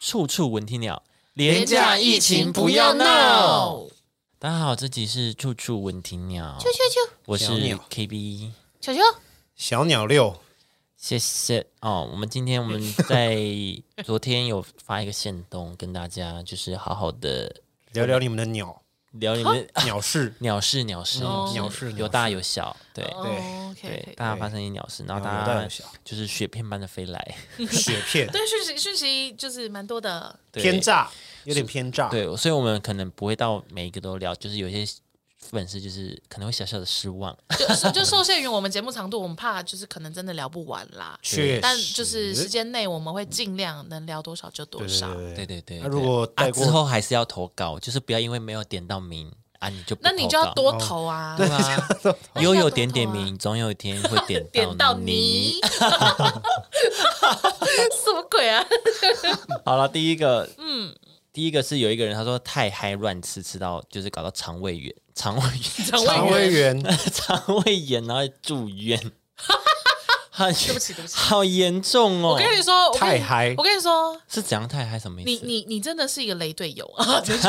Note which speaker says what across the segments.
Speaker 1: 处处闻啼鸟，
Speaker 2: 廉价疫情不要闹。
Speaker 1: 大家好，这集是处处闻啼鸟，
Speaker 2: 啾啾
Speaker 1: 我是
Speaker 3: 小鸟
Speaker 1: KB，
Speaker 2: 啾啾啾，
Speaker 3: 小鸟六，
Speaker 1: 谢谢哦。我们今天我们在昨天有发一个线动，跟大家就是好好的
Speaker 3: 聊聊你们的鸟
Speaker 1: 聊你们
Speaker 3: 鸟事。
Speaker 1: 鸟事鸟事
Speaker 2: 哦
Speaker 3: 鸟事
Speaker 1: 有大有小，对
Speaker 2: 哦
Speaker 1: 对，
Speaker 2: ，OK，
Speaker 1: 大家发生一鸟事，然后
Speaker 3: 哦有
Speaker 1: 大
Speaker 3: 大
Speaker 1: 家
Speaker 3: 有小
Speaker 1: 就是雪片般的飞来，
Speaker 3: 雪片
Speaker 2: 对，讯息讯息就是蛮多的，
Speaker 1: 对
Speaker 3: 偏炸，有点偏炸。
Speaker 1: 对，所以我们可能不会到每一个都聊，就是有一些粉丝就是可能会小小的失望，
Speaker 2: 就就受限于我们节目长度，我们怕就是可能真的聊不完啦。
Speaker 3: 确实，
Speaker 2: 但就是时间内，我们会尽量能聊多少就多
Speaker 3: 对
Speaker 2: 少。
Speaker 1: 对
Speaker 3: 对对
Speaker 1: 对
Speaker 3: 对。
Speaker 1: 对。
Speaker 3: 那如果
Speaker 1: 啊
Speaker 3: 带
Speaker 1: 之
Speaker 3: 过，
Speaker 1: 后还是要投稿，就是不要因为没有点到名啊，你就不
Speaker 2: 那你
Speaker 1: 投
Speaker 2: 就要
Speaker 1: 稿
Speaker 2: 多投啊，
Speaker 1: 对啊，悠悠点点
Speaker 2: 那
Speaker 1: 名，
Speaker 2: 就要多投啊
Speaker 1: 总有一天会点
Speaker 2: 点到
Speaker 1: 到
Speaker 2: 你，。 什么鬼啊？
Speaker 1: 好了，第一个，嗯，第一个是有一个人他说太嗨乱吃，吃到就是搞到肠胃炎，肠胃炎，
Speaker 2: 肠
Speaker 3: 肠
Speaker 2: 胃
Speaker 3: 胃
Speaker 2: 炎，
Speaker 3: 炎
Speaker 1: 肠胃炎，然后住院， 好，
Speaker 2: 对不起，对不起。
Speaker 1: 好严重哦
Speaker 2: 我。跟你说，我跟你
Speaker 3: 太嗨
Speaker 2: 我跟你说，
Speaker 1: 是怎样太嗨什么意
Speaker 2: 你
Speaker 1: 思？
Speaker 2: 你你真的是一个雷队友啊！ 就是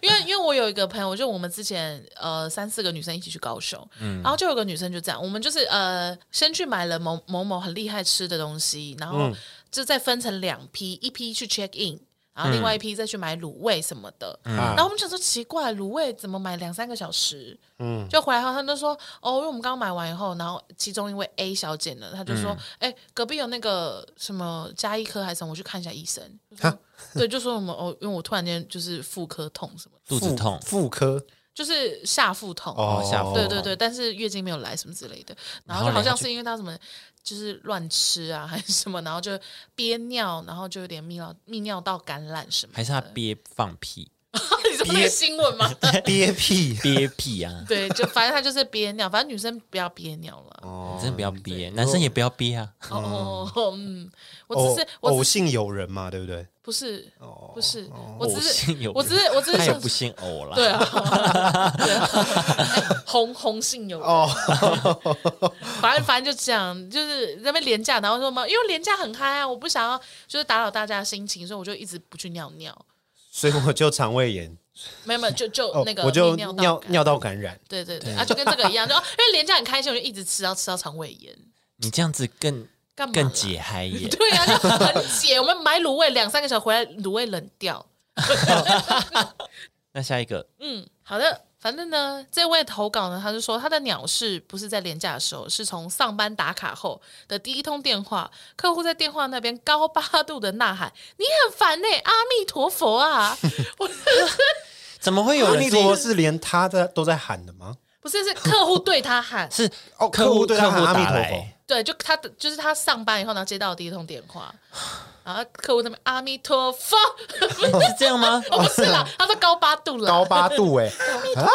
Speaker 2: 因为因为我有一个朋友，就我们之前呃三四个女生一起去高雄，然后就有个女生就这样，我们就是呃先去买了某某某很厉害吃的东西，然后就再分成两批，一批去 check in，然后另外一批再去买卤味什么的。
Speaker 1: 嗯
Speaker 3: 啊
Speaker 2: 然后我们想说奇怪，卤味怎么买两三个小时？嗯，就回来后他们就说哦，因为我们刚刚买完以后，然后其中一位 A 小姐呢，她就说哎、隔壁有那个什么加医科还是什么，我去看一下医生。就说 对，就说什么哦，因为我突然间就是妇科痛什么，
Speaker 1: 肚子痛
Speaker 3: 妇妇科
Speaker 2: 就是下腹痛。
Speaker 3: 哦，
Speaker 1: 下腹
Speaker 2: 对对对，但是月经没有来什么之类的，然后
Speaker 1: 然后嘞
Speaker 2: 就好
Speaker 1: 她
Speaker 2: 像
Speaker 1: 就是
Speaker 2: 因为她什么就是乱吃啊还是什么，然后就憋尿，然后就有点泌尿泌尿道感染什么的，
Speaker 1: 还是他憋放屁、
Speaker 2: 你说那个新闻吗？
Speaker 3: 憋屁
Speaker 1: 憋屁 啊？
Speaker 2: 对，就反正她就是憋尿，反正女生不要憋尿了。
Speaker 1: 你
Speaker 3: 哦
Speaker 1: 真的不要憋，男生也不要憋啊。
Speaker 2: 哦，嗯，我
Speaker 3: 偶
Speaker 2: 只是我
Speaker 3: 偶
Speaker 2: 只是
Speaker 3: 性友人嘛，对不对？
Speaker 2: 不是
Speaker 3: 哦
Speaker 2: 不是，我
Speaker 1: 偶
Speaker 2: 只是
Speaker 1: 性有
Speaker 2: 我只是我只是
Speaker 1: 他也
Speaker 2: 想
Speaker 1: 不姓偶啦。
Speaker 2: 对 啊，对啊，哎红红杏有人
Speaker 3: 哦，
Speaker 2: 反正反正就这样，就是在那边廉价，然后说嘛，因为廉价很嗨啊，我不想要就是打扰大家的心情，所以我就一直不去尿尿，
Speaker 3: 所以我就肠胃炎，
Speaker 2: 没有没有，就就
Speaker 3: 哦
Speaker 2: 那个、，
Speaker 3: 我就
Speaker 2: 尿道
Speaker 3: 尿
Speaker 2: 感
Speaker 3: 尿道感染，
Speaker 2: 对对对，啊，就跟这个一样，就哦因为廉价很开心，我就一直吃到吃到肠胃炎，
Speaker 1: 你这样子更
Speaker 2: 干嘛啦
Speaker 1: 更解嗨 耶！
Speaker 2: 对啊，就很解。我们买卤味两三个小时回来，卤味冷掉。
Speaker 1: 那下一个
Speaker 2: 嗯，好的。反正呢，这位投稿呢，他就说他的鸟事不是在廉价的时候，是从上班打卡后的第一通电话，客户在电话那边高八度的呐喊：“你很烦呢、阿弥陀佛啊！”我
Speaker 1: 怎么会有
Speaker 3: 阿
Speaker 1: 人
Speaker 3: 弥
Speaker 1: 是
Speaker 3: 陀佛是连他在都在喊的吗？
Speaker 2: 不是是客户对他喊，
Speaker 1: 是
Speaker 3: 哦，
Speaker 1: 客户
Speaker 3: 户对他
Speaker 1: 客
Speaker 3: 喊
Speaker 1: 户
Speaker 3: 阿弥
Speaker 1: 打来
Speaker 3: 陀佛，
Speaker 2: 对，就他的就是他上班以后，然后接到的第一通电话，然后客户那边阿弥陀佛，
Speaker 1: 是啊这样 吗？
Speaker 2: 哦不是啦，他说高八度啦，
Speaker 3: 高八度哎，阿弥陀佛，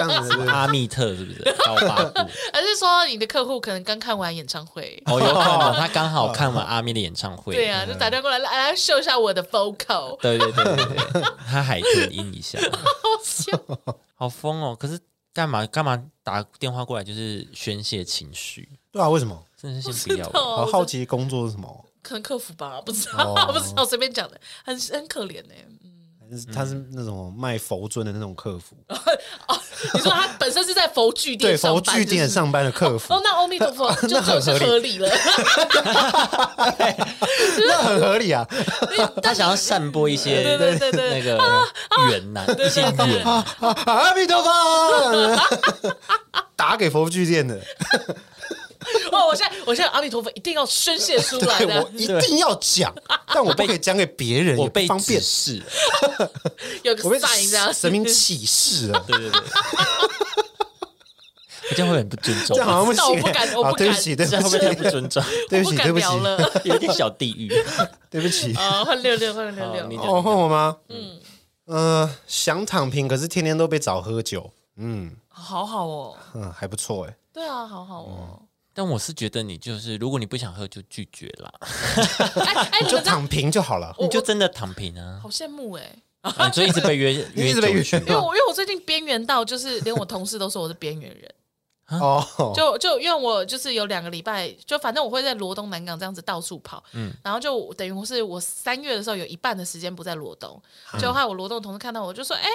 Speaker 3: 样子是不是
Speaker 1: 阿密特是不是？ 高八度？
Speaker 2: 还是说你的客户可能刚看完演唱会？
Speaker 1: 哦，有可能他刚好看完阿密的演唱会。嗯
Speaker 2: 对
Speaker 3: 嗯
Speaker 2: 啊，就打电话过来，来来秀一下我的 vocal，
Speaker 1: 对对对对对，他海豚音一下，
Speaker 2: 好笑。
Speaker 1: 好疯哦！可是干嘛干嘛打电话过来就是宣泄情绪，
Speaker 3: 对啊，为什么？
Speaker 1: 真的是先不要了。
Speaker 2: 哦
Speaker 3: 好好，奇哦工作是什么？
Speaker 2: 可能客服吧，不知道， 不知道，随便讲的，很很可怜呢、
Speaker 3: 还
Speaker 1: 嗯
Speaker 3: 是他是那种卖佛尊的那种客服，
Speaker 2: 你说他本身是在佛具
Speaker 3: 对
Speaker 2: 店哦上
Speaker 3: 佛
Speaker 2: 班，
Speaker 3: 具店
Speaker 2: 就是。
Speaker 3: 上班的客服
Speaker 2: 哦，，那阿弥陀佛就就
Speaker 3: 那很
Speaker 2: 是合理了。
Speaker 3: 那
Speaker 2: 哦
Speaker 3: 很合理啊。
Speaker 1: 他想要散播一些
Speaker 2: 对对对对啊
Speaker 1: 那个缘呐，一些缘。
Speaker 3: 啊阿弥陀佛， 打给佛具店的，
Speaker 2: 哦，我现在我现在阿弥陀佛一定要宣泄出来
Speaker 3: 对
Speaker 2: 的
Speaker 3: 我，一定要 讲，但我不可以讲给别人，
Speaker 1: 我
Speaker 3: 也不
Speaker 1: 被
Speaker 3: 方
Speaker 1: 指
Speaker 3: 便，
Speaker 1: 示了，
Speaker 2: 有个
Speaker 3: 我被
Speaker 2: sign 这样，
Speaker 3: 神明启示了，
Speaker 1: 对对对，我 这样会不会很不尊重
Speaker 3: 这样好像不行
Speaker 2: 那我
Speaker 3: 欸，
Speaker 2: 不敢我不
Speaker 3: 好对不
Speaker 2: 敢
Speaker 3: 起，对
Speaker 1: 这样
Speaker 3: 不
Speaker 1: 会不
Speaker 3: 起
Speaker 1: 会，太不尊 重？
Speaker 3: 对
Speaker 2: 我不
Speaker 3: 不起，
Speaker 2: 敢
Speaker 3: 对不
Speaker 2: 聊
Speaker 3: 起，
Speaker 2: 了。
Speaker 1: 有点小地狱。
Speaker 3: 对 不起。
Speaker 2: 啊，换六六，换六
Speaker 1: 好你
Speaker 2: 六。
Speaker 3: 哦，换我吗？嗯，呃，想躺平，可是天天都被找喝酒，嗯
Speaker 2: 好好哦，
Speaker 3: 嗯，还不错哎。
Speaker 2: 对啊，好好哦。
Speaker 1: 但但我是觉得你就是，如果你不想喝就拒绝啦，
Speaker 2: 哎哎，你
Speaker 3: 嗯就
Speaker 2: 们这样
Speaker 3: 躺平就好了。
Speaker 1: 你就真的躺平啊，
Speaker 2: 好羡慕哎、
Speaker 1: 啊你就一直被约
Speaker 3: 你 一直被
Speaker 1: 酒
Speaker 3: 约
Speaker 1: 局
Speaker 2: 因为我因为我最近边缘到，就是连我同事都说我是边缘 人。
Speaker 1: 啊
Speaker 3: 哦，
Speaker 2: 就就因为我就是有两个礼拜，就反正我会在罗东南港这样子到处跑，嗯，然后就等于是我三月的时候有一半的时间不在罗东，就害我罗东的同事看到我就说，哎、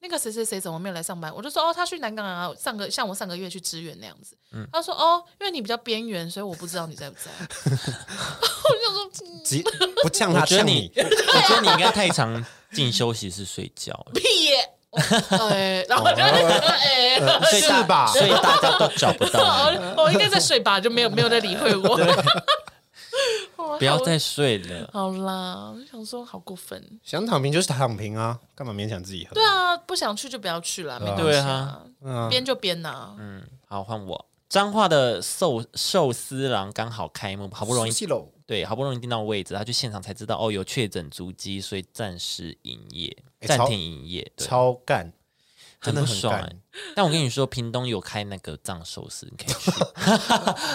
Speaker 2: 那个谁谁谁怎么没有来上班？我就说哦，他去南港啊，上个像我上个月去支援那样子。
Speaker 1: 嗯
Speaker 2: 他说哦，因为你比较边缘，所以我不知道你在不在。 我就说嗯
Speaker 3: 急不 呛
Speaker 1: 我
Speaker 3: 他
Speaker 1: 觉得
Speaker 3: 呛
Speaker 1: 你
Speaker 3: 你，，
Speaker 1: 我觉得你应该太常进休息室睡觉了，
Speaker 2: 屁耶！ 我哎，然后我就 哎，
Speaker 1: 哦呃所以大
Speaker 3: 是吧
Speaker 1: 所以大家都找 不 到你，
Speaker 2: 我我哦应该在睡吧，就没有没有在理会 我。 哇
Speaker 1: 不要再睡了。
Speaker 2: 好啦，我就想说好过分。
Speaker 3: 想躺平就是躺平啊，干嘛勉强自己喝？
Speaker 2: 对啊，不想去就不要去啦，没
Speaker 3: 嗯
Speaker 2: 关
Speaker 1: 对
Speaker 2: 系
Speaker 1: 啊
Speaker 2: 啊，编就编呐。
Speaker 1: 嗯，好，换我。彰化的寿寿司郎刚好开幕，好不容易
Speaker 3: 熟悉喽。
Speaker 1: 对，好不容易订到位置，他去现场才知道哦，有确诊足迹，所以暂时营业，
Speaker 3: 诶
Speaker 1: 暂
Speaker 3: 哎超
Speaker 1: 停营业，对，
Speaker 3: 超干，真的
Speaker 1: 不
Speaker 3: 很
Speaker 1: 爽
Speaker 3: 干
Speaker 1: 欸。但我跟你说，屏东有开那个藏寿司，你可以去。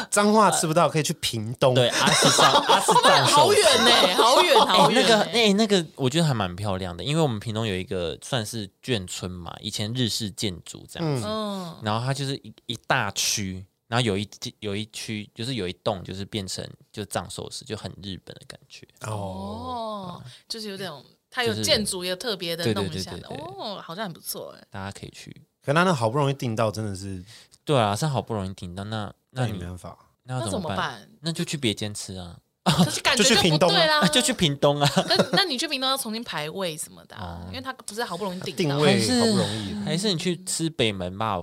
Speaker 3: 脏话吃不到，可以去屏东。
Speaker 1: 对，，阿斯藏阿斯藏寿
Speaker 2: 好
Speaker 1: 司
Speaker 2: 远。呢，好远，好
Speaker 1: 哎，
Speaker 2: 远
Speaker 1: 那个，
Speaker 2: 欸。
Speaker 1: 哎，那个，我觉得还蛮漂亮的，因为我们屏东有一个算是眷村嘛，以前日式建筑这样子，
Speaker 2: 嗯，
Speaker 1: 然后它就是一一大区，然后有一有一区就是有一栋就是变成就藏寿司，就很日本的感觉。
Speaker 3: 哦，
Speaker 2: 哦，就是有点，它
Speaker 1: 就
Speaker 2: 有
Speaker 1: 是
Speaker 2: 建筑也特别的
Speaker 1: 对对
Speaker 2: 弄一下
Speaker 1: 对
Speaker 2: 的，
Speaker 1: 对对
Speaker 2: 哦，好像很不错哎。
Speaker 1: 大家可以去。
Speaker 3: 可他那好不容易订到，真的是
Speaker 1: 对啊，是好不容易订到，那那
Speaker 3: 那也
Speaker 1: 你哦
Speaker 3: 没办法。
Speaker 1: 那要
Speaker 2: 那
Speaker 1: 怎
Speaker 2: 怎
Speaker 1: 么
Speaker 2: 么
Speaker 1: 办？
Speaker 2: 办？
Speaker 1: 那就去别间吃啊，
Speaker 2: 可是感觉
Speaker 3: 就去
Speaker 2: 不
Speaker 3: 屏东啊
Speaker 2: 对 啦
Speaker 1: 啊，就去。屏东啊，
Speaker 2: 那那你去屏东要重新排位什么的啊，
Speaker 1: 哦
Speaker 2: 因为他不是好不容易定
Speaker 3: 定
Speaker 2: 到，
Speaker 1: 还
Speaker 3: 位
Speaker 1: 是
Speaker 3: 好不容易，
Speaker 1: 还是你去吃北门吧，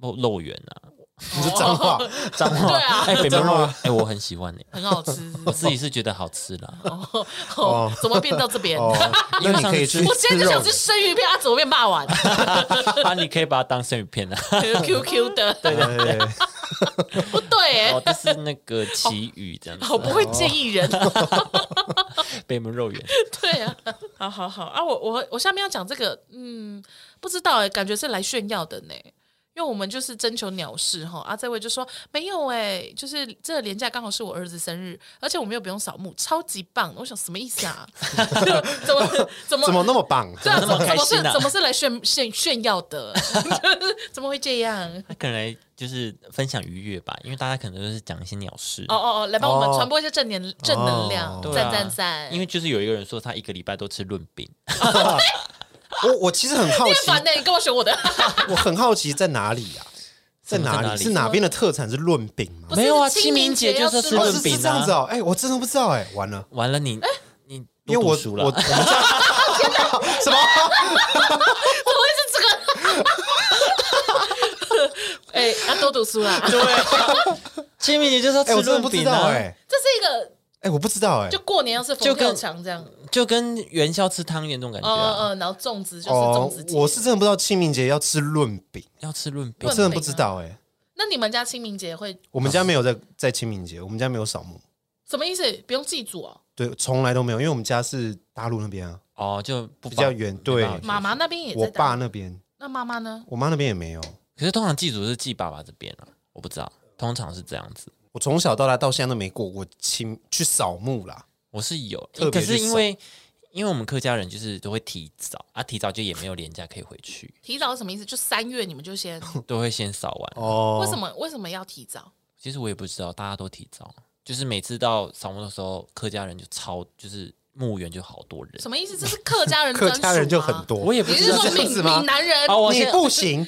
Speaker 1: 肉肉圆 啊，
Speaker 3: 你是脏 话，
Speaker 1: 彰化，
Speaker 2: 对啊
Speaker 1: 哎，北门
Speaker 3: 彰
Speaker 1: 肉
Speaker 3: 化，
Speaker 1: 哎，我很喜欢哎，
Speaker 2: 很好吃。
Speaker 1: 我自己是觉得好吃 啦，
Speaker 2: 哦，怎么变到这边？
Speaker 3: 哦
Speaker 2: 我，
Speaker 1: 因
Speaker 3: 那
Speaker 1: 为
Speaker 3: 你
Speaker 1: 上
Speaker 3: 可以
Speaker 1: 次
Speaker 3: 去
Speaker 2: 现在就想
Speaker 3: 肉
Speaker 2: 吃生鱼片，啊，怎么变霸 王
Speaker 1: 啊，你可以把它当生鱼片啊，
Speaker 2: ？QQ 的，
Speaker 3: 对，
Speaker 2: 不对欸
Speaker 1: 哦，这是那个奇遇这样子，
Speaker 2: 好不会建议人，
Speaker 1: 北门 肉圆，
Speaker 2: 对啊， 好好好啊，我我我下面要讲这个，嗯，不知道哎、感觉是来炫耀的呢，因为我们就是征求鸟事哈，啊，这位就说没有哎、就是这个年假刚好是我儿子生日，而且我们又不用扫墓，超级棒，我想什么意思啊？ 怎么怎么
Speaker 3: 怎么那么棒？
Speaker 2: 对啊，
Speaker 1: 怎
Speaker 2: 怎
Speaker 1: 么那么
Speaker 2: 么怎么
Speaker 1: 开心
Speaker 2: 是
Speaker 1: 啊
Speaker 2: 怎么是来炫炫炫耀的？ 就是怎么会这样？
Speaker 1: 他可能来就是分享愉悦吧，因为大家可能都是讲一些鸟事
Speaker 2: 哦。哦哦，来帮我们
Speaker 3: 哦
Speaker 2: 传播一些正能正能量，
Speaker 1: 对啊
Speaker 2: 赞赞赞！
Speaker 1: 因为就是有一个人说他一个礼拜都吃润饼，
Speaker 3: 我我其实很好
Speaker 2: 你很
Speaker 3: 奇，
Speaker 2: 烦呢，啊你跟我选 我的，
Speaker 3: 我很好奇在哪里啊？在
Speaker 1: 什么在哪
Speaker 3: 哪
Speaker 1: 里
Speaker 3: 里？是哪边的特产是润饼吗
Speaker 2: 不？是
Speaker 1: 没有啊，
Speaker 2: 清
Speaker 1: 清明
Speaker 2: 明
Speaker 1: 节
Speaker 2: 节
Speaker 1: 就
Speaker 2: 要
Speaker 1: 是
Speaker 2: 吃
Speaker 1: 吃
Speaker 2: 吗
Speaker 3: 哦，
Speaker 1: 润
Speaker 3: 是
Speaker 1: 饼
Speaker 3: 是这样
Speaker 1: 啊
Speaker 3: 子，哦，哎，我真的不知道，哎，完了，
Speaker 1: 完了你你
Speaker 3: 因为我
Speaker 1: 输
Speaker 3: 我我
Speaker 1: 了
Speaker 3: 们，家 什么？
Speaker 2: 怎么会是这个？哎、啊，多读书 啦！这
Speaker 1: 清明节就是要吃
Speaker 3: 哎，我真的
Speaker 1: 润
Speaker 3: 不知
Speaker 1: 饼
Speaker 3: 道，
Speaker 1: 啊，
Speaker 3: 哎，
Speaker 2: 是一个，
Speaker 3: 哎，我不知道，哎
Speaker 2: 就，过年要是
Speaker 1: 就
Speaker 2: 佛
Speaker 1: 跟
Speaker 2: 跳墙这样，
Speaker 1: 就跟元宵吃汤圆那种感觉
Speaker 2: 嗯嗯
Speaker 1: 啊，
Speaker 2: 嗯，然后粽子就是粽
Speaker 3: 哦
Speaker 2: 子，节。
Speaker 3: 我是真的不知道清明节要吃润饼，
Speaker 1: 要吃润饼
Speaker 3: 我真的
Speaker 2: 啊
Speaker 3: 不知道，哎，
Speaker 2: 那你们家清明节会
Speaker 3: 我们家没有在在清明节，我们家没有扫墓，
Speaker 2: 什么意思？不用祭祖 哦，
Speaker 3: 对，从来都没有，因为我们家是大陆那边啊，
Speaker 1: 哦，就不
Speaker 3: 比
Speaker 1: 包
Speaker 3: 较远，对，
Speaker 2: 妈妈那边也在
Speaker 3: 我
Speaker 2: 打
Speaker 3: 爸那边，
Speaker 2: 那妈妈呢？
Speaker 3: 我妈那边也没有。
Speaker 1: 可是通常祭祖是祭爸爸这边啊，我不知道，通常是这样子。
Speaker 3: 我从小到大到现在都没过过清去扫墓啦，
Speaker 1: 我是有，
Speaker 3: 特
Speaker 1: 可
Speaker 3: 别
Speaker 1: 是
Speaker 3: 去
Speaker 1: 因
Speaker 3: 扫
Speaker 1: 为因为我们客家人就是都会提早啊，提早就也没有年假可以回去，
Speaker 2: 提早是什么意思？就三月你们就 先，
Speaker 1: 都会先扫完。
Speaker 3: 哦
Speaker 2: 为什么为什么要提早？
Speaker 1: 其实我也不知道，大家都提早，啊就是每次到扫墓的时候，客家人就超就是墓园就好多 人，
Speaker 2: 什么意思？这是客家人
Speaker 3: 客
Speaker 2: 专属
Speaker 3: 家人就
Speaker 2: 吗
Speaker 3: 很。多，
Speaker 1: 我也不
Speaker 2: 你
Speaker 1: 知
Speaker 2: 是
Speaker 1: 道
Speaker 2: 说
Speaker 3: 这
Speaker 2: 闽
Speaker 3: 样子吗
Speaker 2: 闽南人？
Speaker 1: 哦我
Speaker 3: 你
Speaker 1: 现在
Speaker 3: 不行，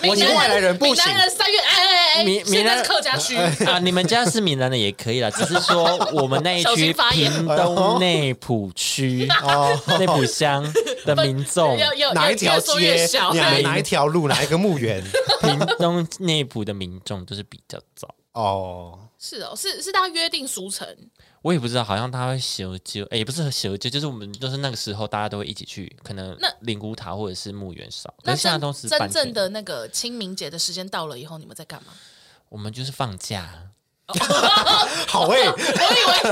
Speaker 2: 闽南
Speaker 3: 你是外来人不行
Speaker 2: 闽南人三月，哎哎哎，
Speaker 1: 闽
Speaker 2: 现
Speaker 1: 闽南
Speaker 2: 在
Speaker 1: 人
Speaker 2: 是客家区，
Speaker 1: 啊，你们家是闽南的也可以啦，只是说我们那一
Speaker 2: 小
Speaker 1: 区
Speaker 2: 心发言
Speaker 1: 屏
Speaker 3: 哎
Speaker 1: 东内埔区
Speaker 3: 哦
Speaker 1: 内埔乡的民 众，
Speaker 2: 要要
Speaker 3: 哪
Speaker 2: 要
Speaker 3: 一 条
Speaker 2: 越缩越
Speaker 3: 街
Speaker 2: 小，，
Speaker 3: 哪哪一条路，哪一个墓园？
Speaker 1: 屏 东内埔的民众就是比较早。
Speaker 3: 哦，
Speaker 2: 是哦，是是大家约定俗成，
Speaker 1: 我也不知道，好像他会蛇灸，哎、也不是蛇灸，就是我们就是那个时候大家都会一起去，可能
Speaker 2: 那
Speaker 1: 灵骨塔或者是墓园烧。可
Speaker 2: 那
Speaker 1: 是现在
Speaker 2: 真
Speaker 1: 都是
Speaker 2: 真
Speaker 1: 半
Speaker 2: 正
Speaker 1: 天，
Speaker 2: 的那个清明节的时间到了以后，你们在干嘛？
Speaker 1: 我们就是放假
Speaker 3: 好
Speaker 2: 我
Speaker 3: 哎，
Speaker 2: 以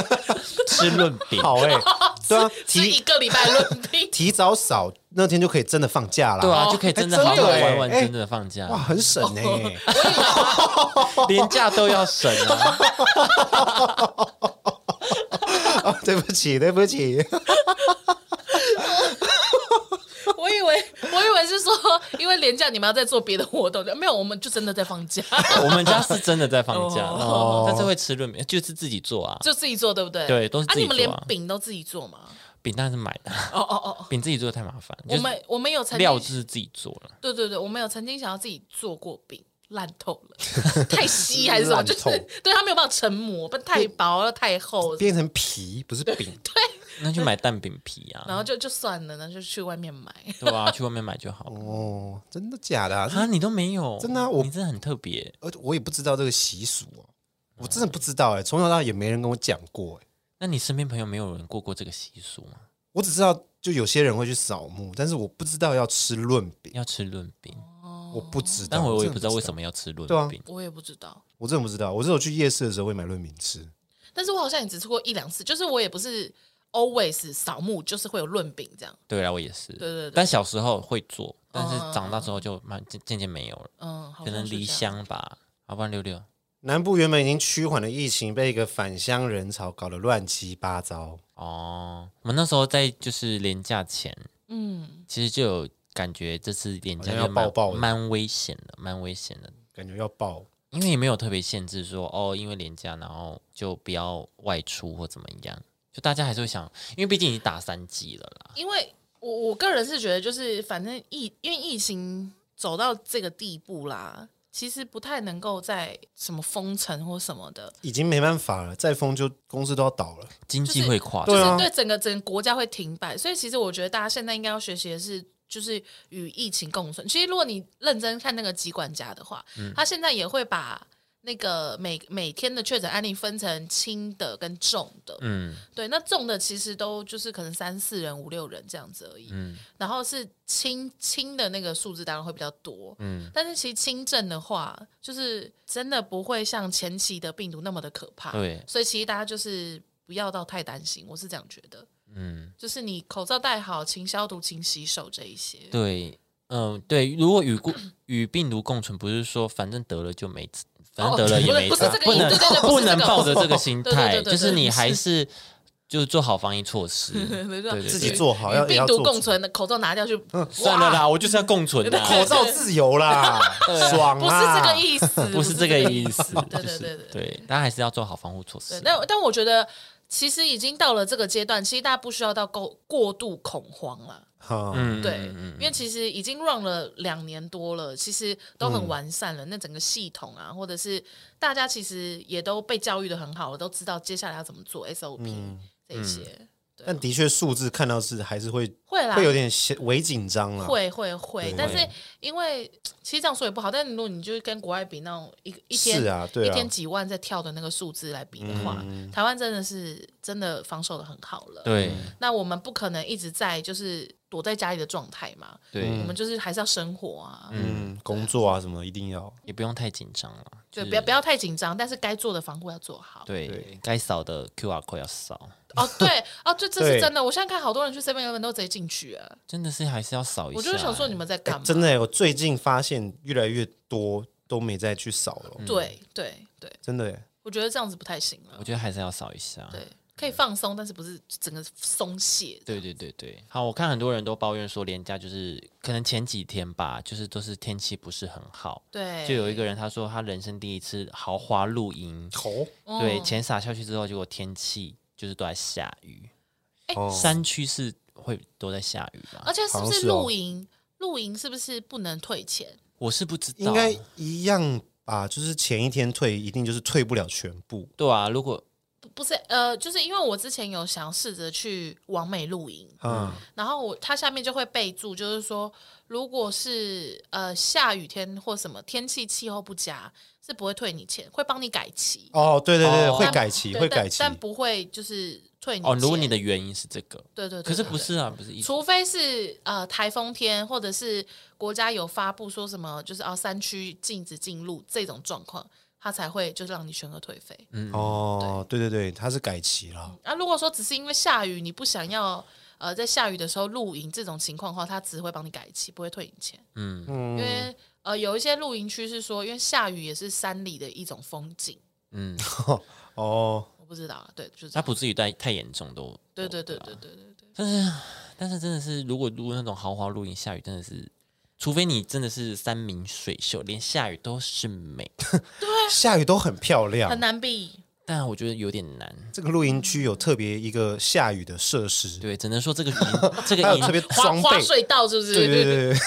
Speaker 2: 为
Speaker 1: 吃润饼，
Speaker 3: 好哎，对啊，
Speaker 2: 是一
Speaker 3: 提。
Speaker 2: 个礼拜论 定
Speaker 3: 提早扫那天就可以真的放假啦。
Speaker 1: 对啊，
Speaker 2: 哦
Speaker 1: 就可以真的
Speaker 3: 哎
Speaker 1: 好好
Speaker 3: 真的耶
Speaker 1: 玩玩，
Speaker 3: 哎
Speaker 1: 真的放假，
Speaker 3: 哇，很省欸呢、
Speaker 1: 连假都要省 啊！
Speaker 3: 哦，对不起，对不起，
Speaker 2: 我以为我以为是说，因为廉价你们要在做别的活动，没有，我们就真的在放假，
Speaker 1: 我们家是真的在放假，
Speaker 2: 哦
Speaker 1: 但是会吃润饼，就是自己做啊，
Speaker 2: 就自己做，对不对？
Speaker 1: 对都是自己
Speaker 2: 啊，你们
Speaker 1: 做啊
Speaker 2: 连饼都自己做吗？
Speaker 1: 饼当然是买的，
Speaker 2: 哦哦哦，
Speaker 1: 饼自己做太麻烦，
Speaker 2: 我
Speaker 1: 就是
Speaker 2: 们我们有曾
Speaker 1: 料
Speaker 2: 经
Speaker 1: 是自己做了，
Speaker 2: 对对对，我们有曾经想要自己做过饼，烂透了，太稀还是 什么，
Speaker 3: 烂
Speaker 2: 就
Speaker 3: 透
Speaker 2: 是 对它没有办法成膜，不太薄了太厚，
Speaker 3: 变成皮不是饼，
Speaker 1: 那就买蛋饼皮啊，
Speaker 2: 然后就就算了，那就去外面买。
Speaker 1: 对吧？去外面买就好了。
Speaker 3: 哦，真的假的、啊？
Speaker 1: 啊，你都没有，
Speaker 3: 真的啊我
Speaker 1: 你真的很特别。
Speaker 3: 而我也不知道这个习俗哦、我真的不知道哎、从小到大也没人跟我讲过哎、
Speaker 1: 那你身边朋友没有人过过这个习俗吗？
Speaker 3: 我只知道就有些人会去扫墓，但是我不知道要吃论饼，
Speaker 1: 要吃润饼，
Speaker 3: 我不知道，
Speaker 1: 哦但我
Speaker 3: 真
Speaker 1: 也
Speaker 3: 的
Speaker 1: 不知道为什，么要吃润
Speaker 3: 对啊
Speaker 1: 饼。
Speaker 2: 我也不知道，
Speaker 3: 我真的不知道，我只有去夜市的时候会买论饼吃，
Speaker 2: 但是我好像也只吃过一两次，就是我也不是 always 扫墓，就是会有论饼这样。
Speaker 1: 对啊，我也是。
Speaker 2: 对对对
Speaker 1: 但小时候会做，但是长大之后就慢渐渐渐没有了，
Speaker 2: 嗯，好
Speaker 1: 可能
Speaker 2: 像是这
Speaker 1: 离
Speaker 2: 样。
Speaker 1: 乡吧，要不然六六。
Speaker 3: 南部原本已经趋缓的疫情，被一个返乡人潮搞得乱七八糟。
Speaker 1: 哦，我们那时候在就是廉假前，
Speaker 2: 嗯，
Speaker 1: 其实就有感觉这次廉
Speaker 3: 好
Speaker 1: 假
Speaker 3: 像要
Speaker 1: 就蛮
Speaker 3: 爆爆了
Speaker 1: 蛮危险的，蛮危险的，
Speaker 3: 感觉要爆，
Speaker 1: 因为也没有特别限制说哦，因为廉假然后就不要外出或怎么样，就大家还是会想，因为毕竟你打三剂了啦，
Speaker 2: 因为我我个人是觉得，就是反正疫因为疫情走到这个地步啦，其实不太能够在什么封城或什么的，
Speaker 3: 已经没办法了，再封就公司都要倒了。
Speaker 1: 经济
Speaker 2: 就是
Speaker 1: 会垮
Speaker 3: 对啊
Speaker 2: 对整个整个国家会停摆，所以其实我觉得大家现在应该要学习的是。就是与疫情共存。其实，如果你认真看那个疾管家的话，
Speaker 1: 嗯
Speaker 2: 他现在也会把那个每每天的确诊案例分成轻的跟重的。
Speaker 1: 嗯，
Speaker 2: 对，那重的其实都就是可能三四人、五六人这样子而已。
Speaker 1: 嗯
Speaker 2: 然后是轻轻的那个数字当然会比较多。
Speaker 1: 嗯
Speaker 2: 但是其实轻症的话，就是真的不会像前期的病毒那么的可怕。
Speaker 1: 对
Speaker 2: 所以其实大家就是不要到太担心，我是这样觉得。
Speaker 1: 嗯，
Speaker 2: 就是你口罩戴好，勤消毒、勤洗手这一些。
Speaker 1: 对，嗯，对，如果与过与病毒共存，不是说反正得了就没差，反正得了也没
Speaker 2: 不是
Speaker 1: 差，
Speaker 2: 不是这个
Speaker 1: 不能不
Speaker 2: 哦对对对不是这个
Speaker 1: 能抱着这 个心
Speaker 2: 对对对
Speaker 1: 态，
Speaker 2: 对对
Speaker 1: 就是你
Speaker 2: 是
Speaker 1: 还是就是做好防疫措施，
Speaker 2: 没
Speaker 1: 对
Speaker 2: 错
Speaker 1: 对对嗯
Speaker 3: 自己做好
Speaker 2: 与
Speaker 3: 要也
Speaker 2: 病
Speaker 3: 要
Speaker 2: 毒
Speaker 3: 做
Speaker 2: 共存的口罩拿掉去，
Speaker 1: 算了啦，我就是要共存的，
Speaker 3: 口罩自由啦，爽啊
Speaker 2: 不是这
Speaker 3: 啦！
Speaker 2: 个意思，
Speaker 1: 不是这个意思，
Speaker 2: 对
Speaker 1: 就
Speaker 2: 对
Speaker 1: 是
Speaker 2: 对对。
Speaker 1: 对，大家还是要做好防护措
Speaker 2: 对
Speaker 1: 施，。
Speaker 2: 但但我觉得其实已经到了这个阶段，其实大家不需要到过过度恐慌了。
Speaker 3: 哈，
Speaker 1: 嗯
Speaker 2: 对，
Speaker 1: 嗯
Speaker 2: 因为其实已经 run 了两年多了，其实都很完善了。那整个系统啊，或者是大家其实也都被教育的很好了，都知道接下来要怎么做 SOP、这一些，对
Speaker 3: 但的确数字看到是还是会
Speaker 2: 会啦，
Speaker 3: 会有点些微紧张啊啦。
Speaker 2: 啊会会会
Speaker 3: 对，
Speaker 2: 但是因为其实这样说也不好，但如果你就是跟国外比那种一一天
Speaker 3: 是啊对啊
Speaker 2: 一天几万在跳的那个数字来比的话，台湾真的是真的防守的很好了。
Speaker 1: 对
Speaker 2: 那我们不可能一直在就是躲在家里的状态嘛，我
Speaker 1: 对，
Speaker 2: 们就是还是要生活啊，
Speaker 3: 嗯，工作啊什么一定要。
Speaker 1: 也不用太紧张了，
Speaker 2: 对，
Speaker 1: 就是
Speaker 2: 不要不要太紧张，但是该做的防护要做好。
Speaker 1: 对该扫的 QR code 要扫，
Speaker 2: 哦，对，哦，这这是
Speaker 3: 对
Speaker 2: 真的。我现在看好多人去 Seven Eleven 都直接进去啊，
Speaker 1: 真的是还是要扫一下。
Speaker 2: 我就是想说你们在
Speaker 3: 哎
Speaker 2: 干嘛？
Speaker 3: 真的耶，我最近发现越来越多都没再去扫了，
Speaker 2: 对对对，
Speaker 3: 真的耶。
Speaker 2: 我觉得这样子不太行了
Speaker 1: 我。觉得还是要扫一下。
Speaker 2: 对，可以放松，但是不是整个松懈？
Speaker 1: 对对对对，好，我看很多人都抱怨说廉价就是可能前几天吧，就是都是天气不是很好，
Speaker 2: 对，
Speaker 1: 就有一个人他说他人生第一次豪华露营，
Speaker 3: 头
Speaker 2: 哦
Speaker 1: 对，钱撒下去之后，结果天气就是都在下雨，
Speaker 2: 哎
Speaker 3: 哦，
Speaker 1: 山区是会都在下雨吧？
Speaker 2: 而且是不
Speaker 3: 好像
Speaker 2: 是
Speaker 3: 是哦
Speaker 2: 露营？露营是不是不能退钱？
Speaker 1: 我是不知道，
Speaker 3: 应该一样吧，就是前一天退，一定就是退不了全部。
Speaker 1: 对啊，如果
Speaker 2: 不不是，呃，就是因为我之前有想试着去完美露营，
Speaker 3: 嗯，
Speaker 2: 然后我它下面就会备注，就是说，如果是呃下雨天或什么天气气候不佳，是不会退你钱，会帮你改期，
Speaker 3: 哦，对对对，
Speaker 1: 哦
Speaker 3: 会改期，
Speaker 2: 对
Speaker 3: 会
Speaker 2: 但
Speaker 3: 改期。
Speaker 2: 但不会就是退你
Speaker 1: 哦，如果你
Speaker 2: 钱
Speaker 1: 的原因是这个，
Speaker 2: 对对对，
Speaker 1: 可是
Speaker 2: 对
Speaker 1: 不
Speaker 2: 对
Speaker 1: 是啊，不是一直
Speaker 2: 除非是呃台风天，或者是国家有发布说什么，就是啊山区禁止进入这种状况，他才会就是让你全额退费。
Speaker 3: 哦，对对对，它是改期了，
Speaker 2: 啊，如果说只是因为下雨，你不想要呃在下雨的时候露营这种情况的话，他只会帮你改期，不会退你钱。因
Speaker 3: 嗯，
Speaker 2: 为呃有一些露营区是说，因为下雨也是山里的一种风景，
Speaker 1: 嗯，
Speaker 3: 哦，
Speaker 2: 我不知道，啊对，就是这
Speaker 1: 它
Speaker 2: 样
Speaker 1: 不至于太太严重都。
Speaker 2: 对对对对对对对，
Speaker 1: 但是真的是，如果如那种豪华露营下雨，真的是，除非你真的是山明水秀，连下雨都是美，
Speaker 3: 下雨都很漂
Speaker 2: 很
Speaker 3: 亮。
Speaker 2: 难避。
Speaker 1: 但我觉得有点难。
Speaker 3: 这个露营区有特别一个下雨的设施，
Speaker 1: 对，只能说这 个营这个
Speaker 3: 还有特
Speaker 1: 营
Speaker 3: 别
Speaker 2: 滑
Speaker 3: 装
Speaker 2: 滑
Speaker 3: 备，
Speaker 2: 水道是不是？
Speaker 3: 对对对对，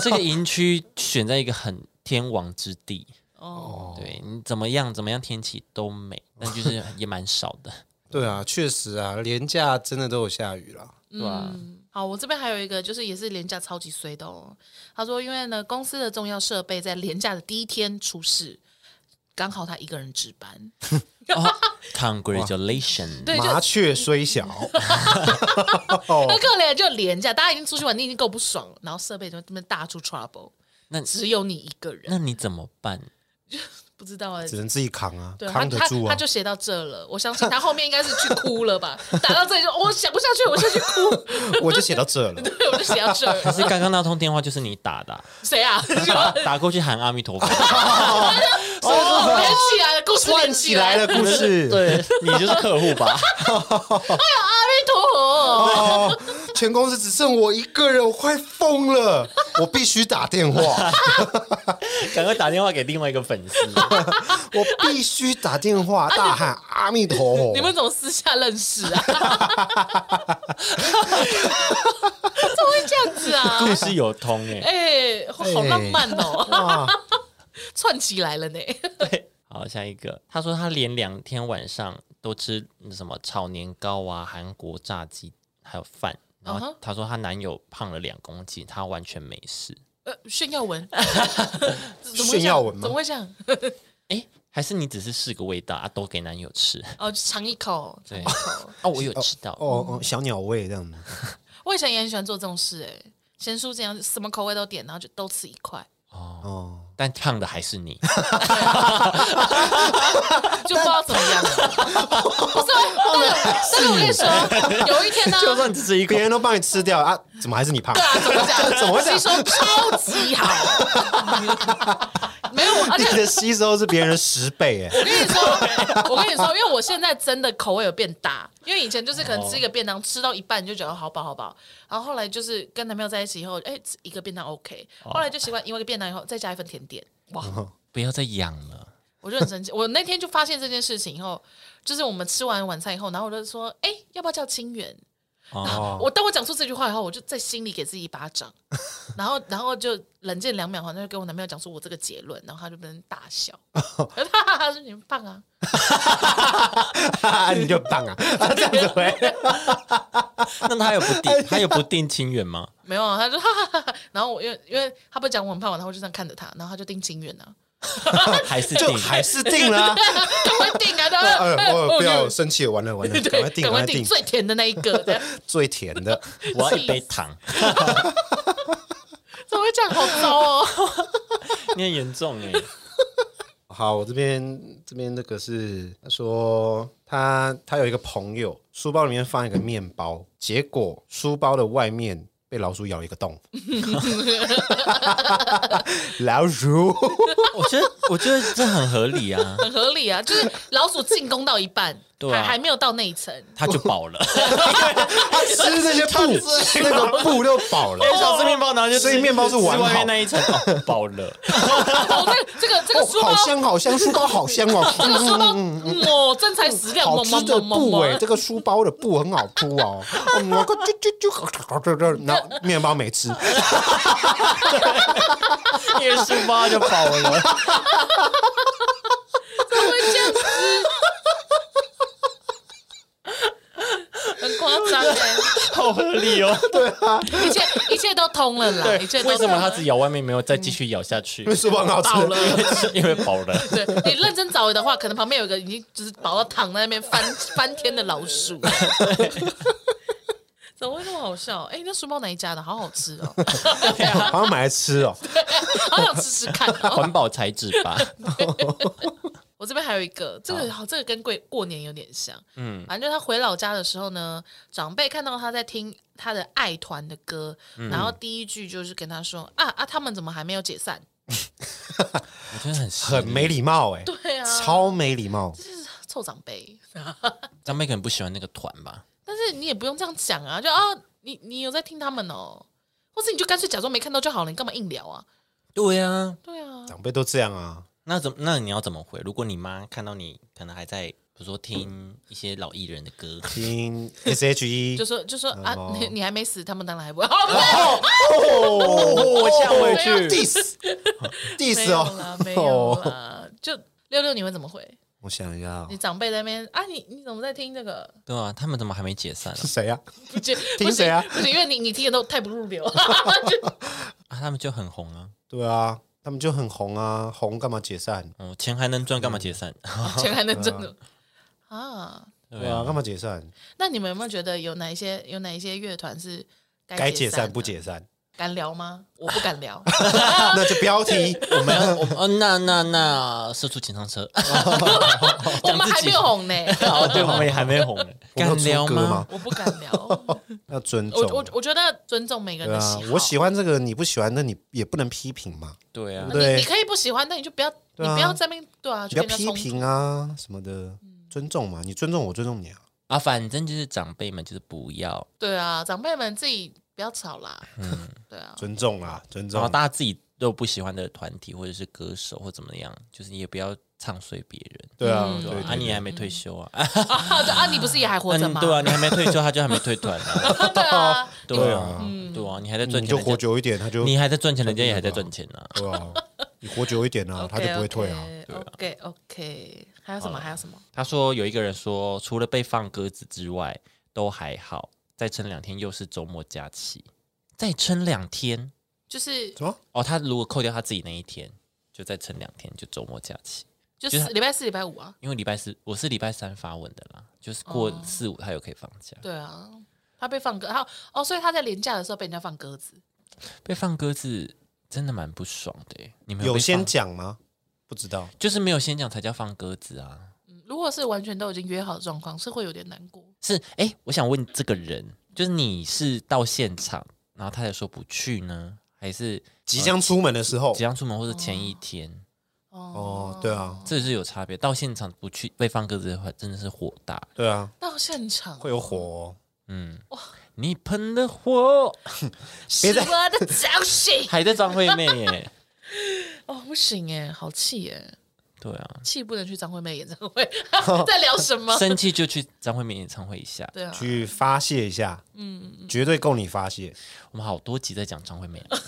Speaker 1: 这个营区选在一个很天王之地，
Speaker 2: 哦，
Speaker 1: 对你怎么样怎么样天气都美，但就是 也蛮少的。
Speaker 3: 对啊，确实啊，廉价真的都有下雨了。
Speaker 1: 对啊
Speaker 2: 嗯，好，我这边还有一个，就是也是廉价超级衰的哦。他说，因为呢，公司的重要设备在廉价的第一天出事，刚好他一个人值班，
Speaker 1: 哦 Congratulations！
Speaker 2: 对，就嗯
Speaker 3: 麻雀虽小，哦
Speaker 2: 很可怜，就廉价，大家已经出去玩，你已经够不爽了，然后设备就这么大出 trouble，
Speaker 1: 那
Speaker 2: 只有你一个人，
Speaker 1: 那你怎么办？
Speaker 2: 不知道哎、
Speaker 3: 只能自己扛啊，
Speaker 2: 对他
Speaker 3: 扛得
Speaker 2: 他
Speaker 3: 住
Speaker 2: 他
Speaker 3: 啊。
Speaker 2: 就写到这了，我相信他后面应该是去哭了吧，打到这里就哦我想不下去，我下去哭，
Speaker 3: 我就写到这 了，
Speaker 2: 对，我就写到这
Speaker 1: 可
Speaker 2: 儿，
Speaker 1: 是刚刚那通电话就是你打的啊、
Speaker 2: 谁啊？
Speaker 1: 打打过去喊阿弥陀 佛，
Speaker 2: 哦，连起来了，故事连
Speaker 3: 串
Speaker 2: 起
Speaker 3: 起
Speaker 2: 来
Speaker 3: 来
Speaker 2: 了，
Speaker 3: 了 故事。
Speaker 1: 对你就是客户吧？
Speaker 2: 阿弥陀佛。
Speaker 3: 哦，全公司只剩我一个人，我快疯了，我必须打 电话，
Speaker 1: 赶快打电话给另外一个粉丝，
Speaker 3: 我必须打电话，大喊阿弥陀
Speaker 2: 啊
Speaker 3: 佛。
Speaker 2: 你们怎么私下认识 啊？怎么会这样子啊？
Speaker 1: 故事有通哎、
Speaker 2: 哎、好浪漫哦，
Speaker 3: 哇，
Speaker 2: 串起来了呢。
Speaker 1: 对，好，下一个，他说他连两天晚上都吃什么炒年糕啊、韩国炸鸡还有饭，然
Speaker 2: 嗯
Speaker 1: 后
Speaker 2: 哼
Speaker 1: 她说她男友胖了两公斤，她完全没事。
Speaker 2: 呃，炫耀文， 怎么会这样
Speaker 3: 炫耀文吗
Speaker 2: 怎么会这样？
Speaker 1: 哎，还是你只是试个味道啊，都给男友 吃。
Speaker 2: 哦，就尝一口，尝
Speaker 1: 对
Speaker 2: 一口。
Speaker 1: 哦，我有吃到，
Speaker 3: 哦哦，小鸟胃这样子，
Speaker 2: 我以前也很喜欢做这种事、哎，咸酥这样，什么口味都点，然后就都吃一 块，
Speaker 3: 哦，
Speaker 1: 但胖的还是 你。
Speaker 2: 就不知道怎么样了。 不是，但是但是我跟你说，有一 天呢，
Speaker 1: 就算只吃一口
Speaker 3: 别，人都帮你吃掉啊，怎么还是你胖
Speaker 2: 对？啊，怎么讲？
Speaker 3: 怎么会这
Speaker 2: 吸
Speaker 3: 样
Speaker 2: 收超级好， 没有，而
Speaker 3: 你
Speaker 2: 且
Speaker 3: 的吸收是别人的十倍哎，
Speaker 2: 我跟你说，我跟你说，因为我现在真的口味有变大，因为以前就是可能吃一个便当，吃到一半你就觉得哦好饱好饱，然后后来就是跟男朋友在一起以后，哎，吃一个便当 OK，后来就习惯因为一个便当以后再加一份甜点，哇，
Speaker 1: 不要再养了。
Speaker 2: 我就很生气。我那天就发现这件事情以后，就是我们吃完晚餐以后，然后我就说，哎，要不要叫清远？
Speaker 1: 哦，
Speaker 2: 我当我讲出这句话以后，我就在心里给自己一巴掌，然后然后就冷静两秒，好像就跟我男朋友讲出我这个结论，然后他就变成大笑，他他说你们棒啊，
Speaker 3: 啊你就胖啊， 啊这样子喂，
Speaker 1: 那他有不 定，他有不定亲缘吗？
Speaker 2: 没有，啊他就哈哈哈哈，然后我因为因为他不是讲我很胖嘛，然后我就这样看着他，然后他就定情缘 啊，
Speaker 1: 还是
Speaker 3: 就
Speaker 1: 定？
Speaker 3: 还是定了啊。
Speaker 2: 赶快定啊，他
Speaker 3: 呃， 我不要
Speaker 2: 对
Speaker 3: 生气，完了完了， 赶快定，
Speaker 2: 赶
Speaker 3: 赶
Speaker 2: 快
Speaker 3: 快
Speaker 2: 定
Speaker 3: 定，
Speaker 2: 最甜的那一个，这样
Speaker 3: 最甜的，
Speaker 1: 我要一杯糖，
Speaker 2: 怎么会这样，好糟 哦，
Speaker 1: 你很严重哎。
Speaker 3: 好，我这边这边那个是他说他他有一个朋友，书包里面放一个面包，结果书包的外面被老鼠咬一个洞。 老鼠，
Speaker 1: 我觉得，我觉得这很合理啊，
Speaker 2: 很合理啊，就是老鼠进攻到一半，
Speaker 1: 对啊
Speaker 2: 还还没有到那一层，
Speaker 1: 他就饱了。
Speaker 3: 他吃那些布， 那个布都饱 了。
Speaker 1: 想吃面包，然后就
Speaker 3: 所以面包是完好
Speaker 1: 吃外面那一层哦饱了。
Speaker 2: 哦，这个这个这
Speaker 3: 哦
Speaker 2: 个，书包
Speaker 3: 好。香好香，书包好香哦，
Speaker 2: 这个书包，哦，真材实料，
Speaker 3: 好吃的
Speaker 2: 猛猛猛
Speaker 3: 布
Speaker 2: 猛
Speaker 3: 哎，这个书包的布很好铺哦。嗯我个啾啾啾，这这，然后面包没吃，
Speaker 1: 因为书包就饱了。
Speaker 2: 很夸张哎，
Speaker 1: 好合理哦。
Speaker 2: 一切一切都通了啦，一切都
Speaker 1: 为什
Speaker 2: 通
Speaker 1: 么
Speaker 2: 了
Speaker 1: 它只咬外面，没有再继续咬下去
Speaker 3: 因为？书包很好吃。
Speaker 2: 饱了？
Speaker 1: 因为饱了。
Speaker 2: 对你认真找的话，可能旁边有一个已经就是饱到躺在那边翻翻天的老鼠。 怎么会那么好笑？哎、那书包哪一家的？好好吃哦，
Speaker 3: 好像买来吃哦。
Speaker 2: 好想吃吃看哦。
Speaker 1: 环保材质吧，
Speaker 2: 这边还有一个，这个好，这个跟过过年有点像。
Speaker 1: 嗯
Speaker 2: 反正就是他回老家的时候呢，长辈看到他在听他的爱团的歌，然后第一句就是跟他说：“啊啊，他们怎么还没有解散
Speaker 1: 我觉得很
Speaker 3: 很没礼貌哎、？”
Speaker 2: 对啊，
Speaker 3: 超没礼貌。
Speaker 2: 臭长辈。
Speaker 1: 张妹可能不喜欢那个团吧？
Speaker 2: 但是你也不用这样讲啊，就啊，你你有在听他们哦，或是你就干脆假装没看到就好了，你干嘛硬聊啊？
Speaker 1: 对呀，
Speaker 2: 对啊，
Speaker 3: 长辈都这样啊，
Speaker 1: 那怎那你要怎么回？如果你妈看到你可能还在，比如说听一些老艺人的歌，
Speaker 3: 听 S H
Speaker 2: 就
Speaker 3: E。
Speaker 2: 说就说啊
Speaker 3: 哦，
Speaker 2: 你你还没死，他们当然还不会。 哦不是
Speaker 3: 哦，我
Speaker 1: 呛回去
Speaker 3: diss diss
Speaker 2: 没有
Speaker 3: 哦
Speaker 2: 啦， 没有啦。就六六，你会怎么回？
Speaker 3: 我想一下哦
Speaker 2: 你，长辈在那边啊，你你怎么在听这个？
Speaker 1: 对啊，他们怎么还没解散啊
Speaker 3: 是？谁呀？
Speaker 2: 不行，
Speaker 3: 听谁啊
Speaker 2: 不行，不行因为你你听的都太不入流。
Speaker 1: 啊，他们就很红啊，
Speaker 3: 对啊，他们就很红啊，红干嘛解散？
Speaker 1: 哦，钱还能赚，干嘛解散？
Speaker 2: 全还能真的
Speaker 3: 嗯
Speaker 2: 啊？
Speaker 1: 对
Speaker 3: 对啊，干嘛解散？
Speaker 2: 那你们有没有觉得有哪一些有哪一些乐团是
Speaker 3: 该
Speaker 2: 解
Speaker 3: 解散不
Speaker 2: 的？
Speaker 3: 解散，
Speaker 2: 敢聊吗？我不敢 聊。
Speaker 3: 那就标题
Speaker 1: 我们要我们哦，那那那社畜情商车，
Speaker 2: 我们还没有红呢，
Speaker 1: 哦，对，我们也还没红呢，
Speaker 3: 我们
Speaker 1: 敢
Speaker 3: 有出
Speaker 1: 聊
Speaker 3: 歌
Speaker 1: 吗
Speaker 3: 吗？？
Speaker 2: 我不敢聊。我
Speaker 3: 要尊重。
Speaker 2: 我我觉得尊重每个人
Speaker 3: 对
Speaker 2: 的
Speaker 3: 啊
Speaker 2: 喜，好。
Speaker 3: 我喜欢这个，你不喜欢，那你也不能批评嘛，
Speaker 1: 对啊
Speaker 3: 对不，
Speaker 2: 你
Speaker 3: 对
Speaker 2: 你可以不喜欢，但你就不要你
Speaker 3: 对啊
Speaker 2: 不要在那边对啊，
Speaker 3: 不
Speaker 2: 去
Speaker 3: 要
Speaker 2: 跟人家
Speaker 3: 批
Speaker 2: 冲突。
Speaker 3: 评啊什么的，
Speaker 2: 嗯
Speaker 3: 尊重嘛，你尊重我，尊重你啊。
Speaker 1: 啊，反正就是长辈们就是不要，
Speaker 2: 对啊，长辈们自己不要吵啦。
Speaker 1: 嗯
Speaker 2: 对啊，
Speaker 3: 尊重啦，尊
Speaker 1: 然后哦
Speaker 3: 重。
Speaker 1: 大家自己都有不喜欢的团体或者是歌手或怎么样，就是你也不要唱衰别人。
Speaker 3: 对啊，
Speaker 2: 嗯
Speaker 3: 对
Speaker 1: 对
Speaker 3: 对
Speaker 1: 啊，
Speaker 3: 对
Speaker 1: 啊你还没退休啊？啊，
Speaker 2: 啊对啊，你不是也还活着
Speaker 1: 嗯
Speaker 2: 吗？
Speaker 1: 对啊，你还没退休，他就还没退团啊。
Speaker 2: 对啊，
Speaker 1: 对
Speaker 3: 对
Speaker 1: 啊
Speaker 3: 啊，
Speaker 1: 对啊，你还在赚
Speaker 3: 你
Speaker 1: 钱
Speaker 3: 就
Speaker 1: 人
Speaker 3: 活
Speaker 1: 家，
Speaker 3: 久一点，他就
Speaker 1: 你还在赚钱，人家也还在赚钱啊。
Speaker 3: 对啊，你活久一点啊， 他就不会退啊。。
Speaker 2: OK OK，还有什么？还有什么？
Speaker 1: 他说有一个人说，除了被放鸽子之外，都还好。再撑两天又是周末假期，再撑两天
Speaker 2: 就是
Speaker 3: 什么？
Speaker 1: 哦。他如果扣掉他自己那一天，就再撑两天，就周末假期。
Speaker 2: 就
Speaker 1: 就是
Speaker 2: 是礼拜四、礼拜五啊。
Speaker 1: 因为礼拜四我是礼拜三发文的啦，就是过
Speaker 3: 哦
Speaker 1: 四五他又可以放假。
Speaker 2: 对啊，他被放鸽，他哦，所以他在廉假的时候被人家放鸽子。
Speaker 1: 被放鸽子真的蛮不爽的耶。你们
Speaker 3: 有
Speaker 1: 被
Speaker 3: 先
Speaker 1: 放呃
Speaker 3: 讲吗？不知道，
Speaker 1: 就是没有先讲才叫放鸽子啊？
Speaker 2: 嗯如果是完全都已经约好的状况，是会有点难过。
Speaker 1: 是哎、诶我想问这个人，就是你是到现场，然后他才说不去呢，还是
Speaker 3: 即将出门的时候
Speaker 1: 即。将出门或者前一天？
Speaker 2: 哦，
Speaker 3: 哦，对啊，
Speaker 1: 这是有差别。到现场不去被放鸽子的话，真的是火大。
Speaker 3: 对啊，
Speaker 2: 到现场
Speaker 3: 会有火哦。
Speaker 1: 嗯，你喷的火
Speaker 2: 是我的 消息
Speaker 1: 还在张惠妹耶？
Speaker 2: 哦，不行哎，好气哎，
Speaker 1: 对啊，
Speaker 2: 气不能去张惠妹演唱会， 在聊什么？
Speaker 1: 生气就去张惠妹演唱会一下。
Speaker 2: 对啊，
Speaker 3: 去发泄一下，嗯，绝对够你发泄。
Speaker 1: 我们好多集在讲张惠妹 啊，